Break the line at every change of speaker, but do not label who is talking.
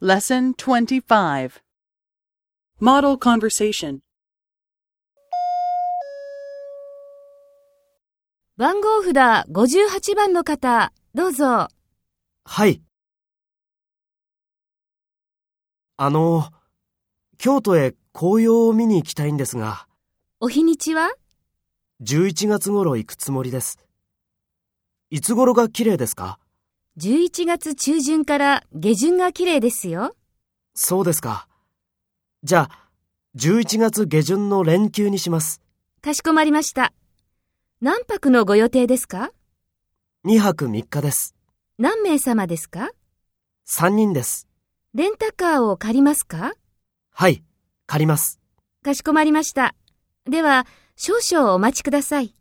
Lesson 25 Model Conversation
番号札58番の方、どうぞ。
はい。あの、京都へ紅葉を見に行きたいんですが、
お日にちは
11月頃行くつもりです。いつ頃が綺麗ですか
?11 月中旬から下旬が綺麗ですよ。
そうですか。じゃあ、11月下旬の連休にします。
かしこまりました。何泊のご予定ですか
2泊3日です。
何名様ですか
3人です。
レンタカーを借りますか
はい、借ります。
かしこまりました。では、少々お待ちください。